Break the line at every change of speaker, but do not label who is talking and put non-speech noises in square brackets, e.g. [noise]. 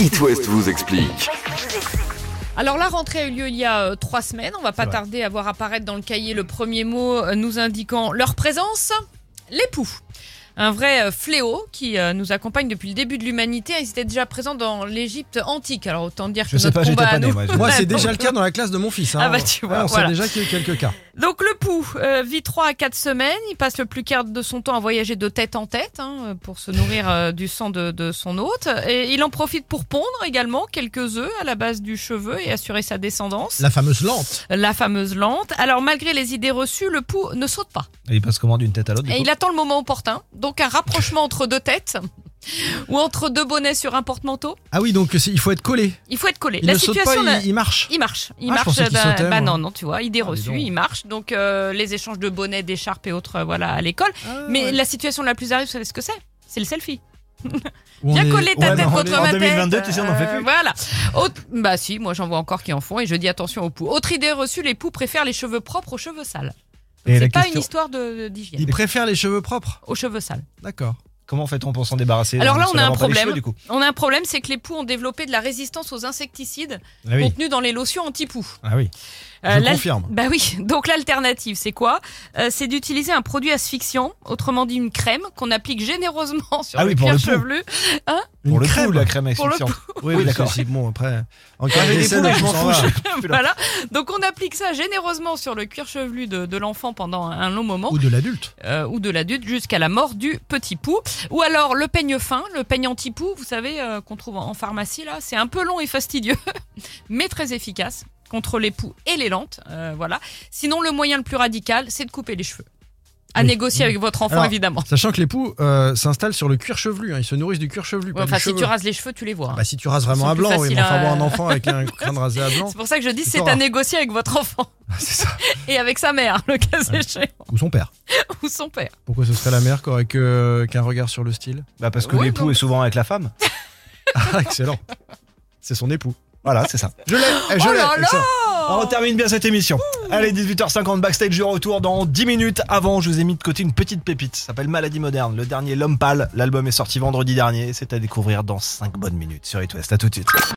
It West vous explique.
Alors la rentrée a eu lieu il y a euh, trois semaines. On va pas tarder à voir apparaître dans le cahier le premier mot euh, nous indiquant leur présence. L'époux. Un vrai euh, fléau qui euh, nous accompagne depuis le début de l'humanité. Ils étaient déjà présents dans l'Égypte antique. Alors autant dire que
Je sais
notre
pas, j'étais
combat à
pas né.
nous- [laughs] Bah,
Moi, j'ai-
Moi, c'est déjà le cas dans la classe de mon fils. hein.
Ah bah, tu vois,
on
voilà.
sait déjà qu'il y a eu quelques cas.
Donc le pou euh, vit 3 à 4 semaines, il passe le plus quart de son temps à voyager de tête en tête hein, pour se nourrir euh, du sang de, de son hôte. Et il en profite pour pondre également quelques œufs à la base du cheveu et assurer sa descendance,
La fameuse lente.
la, fameuse lente. Alors malgré les idées reçues, le pou ne saute pas.
Et il passe comment d'une tête à l'autre du
Et
coup
il attend le moment opportun, donc un rapprochement entre deux têtes ou entre deux bonnets sur un porte-manteau.
Ah oui, donc c'est- il faut être collé.
Il faut être collé.
Il
la
ne saute
situation
pas,
n'a-
il, il marche.
Il marche, il
Ah, je
marche.
pensais qu'il
d'un-
sautait,
bah
moi. Ah,
non, non, tu vois, il est reçu,
dis donc.
il marche. Donc euh, les échanges de bonnets, d'écharpes et autres, euh, voilà, à l'école.
Ah,
Mais la situation la plus arrive, vous savez ce que c'est C'est le selfie.
Où on
Viens
est-
coller ta tête
Ouais, mais on
contre
est-
ma
en
tête.
2022, tu sais, on en fait
Euh,
plus.
Voilà. Autre- bah si, moi j'en vois encore qui en font et je dis attention aux poux. Autre idée reçue, les poux préfèrent les cheveux propres aux cheveux sales. Donc,
Et la
C'est pas
question-
une histoire de- de- d'hygiène.
Il préfère les cheveux propres.
Aux cheveux sales.
D'accord.
Comment fait-on pour s'en débarrasser
Alors
en
là,
se
on a un
lavant pas les
problème.
cheveux, du coup
On a un problème, c'est que les poux ont développé de la résistance aux insecticides
Ah oui.
contenus dans les lotions anti-poux.
Ah oui.
Euh,
Je
l'al-
confirme.
Bah oui, [laughs] donc l'alternative, c'est quoi Euh, C'est d'utiliser un produit asphyxiant, autrement dit une crème, qu'on applique généreusement sur
Ah
le
oui, pour
cuir
le pou.
chevelu.
Pour
Une
le
crème.
coup, la crème
Pour le
exfoliante.
Oui,
Oui,
d'accord.
d'accord.
Si, bon, après. En cas
J'avais
de
des
décès,
boules,
là,
je m'en
ça va.
fous.
voilà, donc on applique ça généreusement sur le cuir chevelu de, de l'enfant pendant un long moment,
Ou de l'adulte.
euh, ou de l'adulte, jusqu'à la mort du petit pou. Ou alors le peigne fin, le peigne anti-pou, vous savez, euh, qu'on trouve en, en pharmacie là, c'est un peu long et fastidieux, [laughs] mais très efficace contre les poux et les lentes. euh, voilà. Sinon, le moyen le plus radical, c'est de couper les cheveux. À
Oui.
négocier avec votre enfant,
Alors,
évidemment.
Sachant que les poux euh, s'installent sur le cuir chevelu. hein. Ils se nourrissent du cuir chevelu.
Ouais,
pas du
enfin, si
cheveu.
tu rases les cheveux, tu les vois. hein.
Bah, si tu rases vraiment
Ils sont
à
plus
blanc, oui, mais
faciles
enfin,
à-
bon, un enfant
[laughs]
avec un crâne rasé à blanc.
c'est pour ça que je dis
c'est
c'est
rare.
à négocier avec votre
[laughs]
enfant
C'est ça.
[laughs]
Ah,
et avec sa mère, le cas échéant,
Ou son père.
ou son père.
Pourquoi ce serait la mère qui aurait que- qu'un regard sur le style [laughs]
Bah, parce que
Oui,
l'époux
non.
est souvent avec la femme.
Ah, excellent. C'est son époux.
Voilà, c'est ça.
Je l'ai. eh, je
Oh
l'ai.
là là
Excellent.
Oh.
On termine bien cette émission. Allez, 18h50 backstage du retour dans 10 minutes. Avant, je vous ai mis de côté une petite pépite. Ça s'appelle Maladie moderne. Le dernier L'homme pâle. L'album est sorti vendredi dernier. C'est à découvrir dans 5 bonnes minutes sur It West. À tout de suite.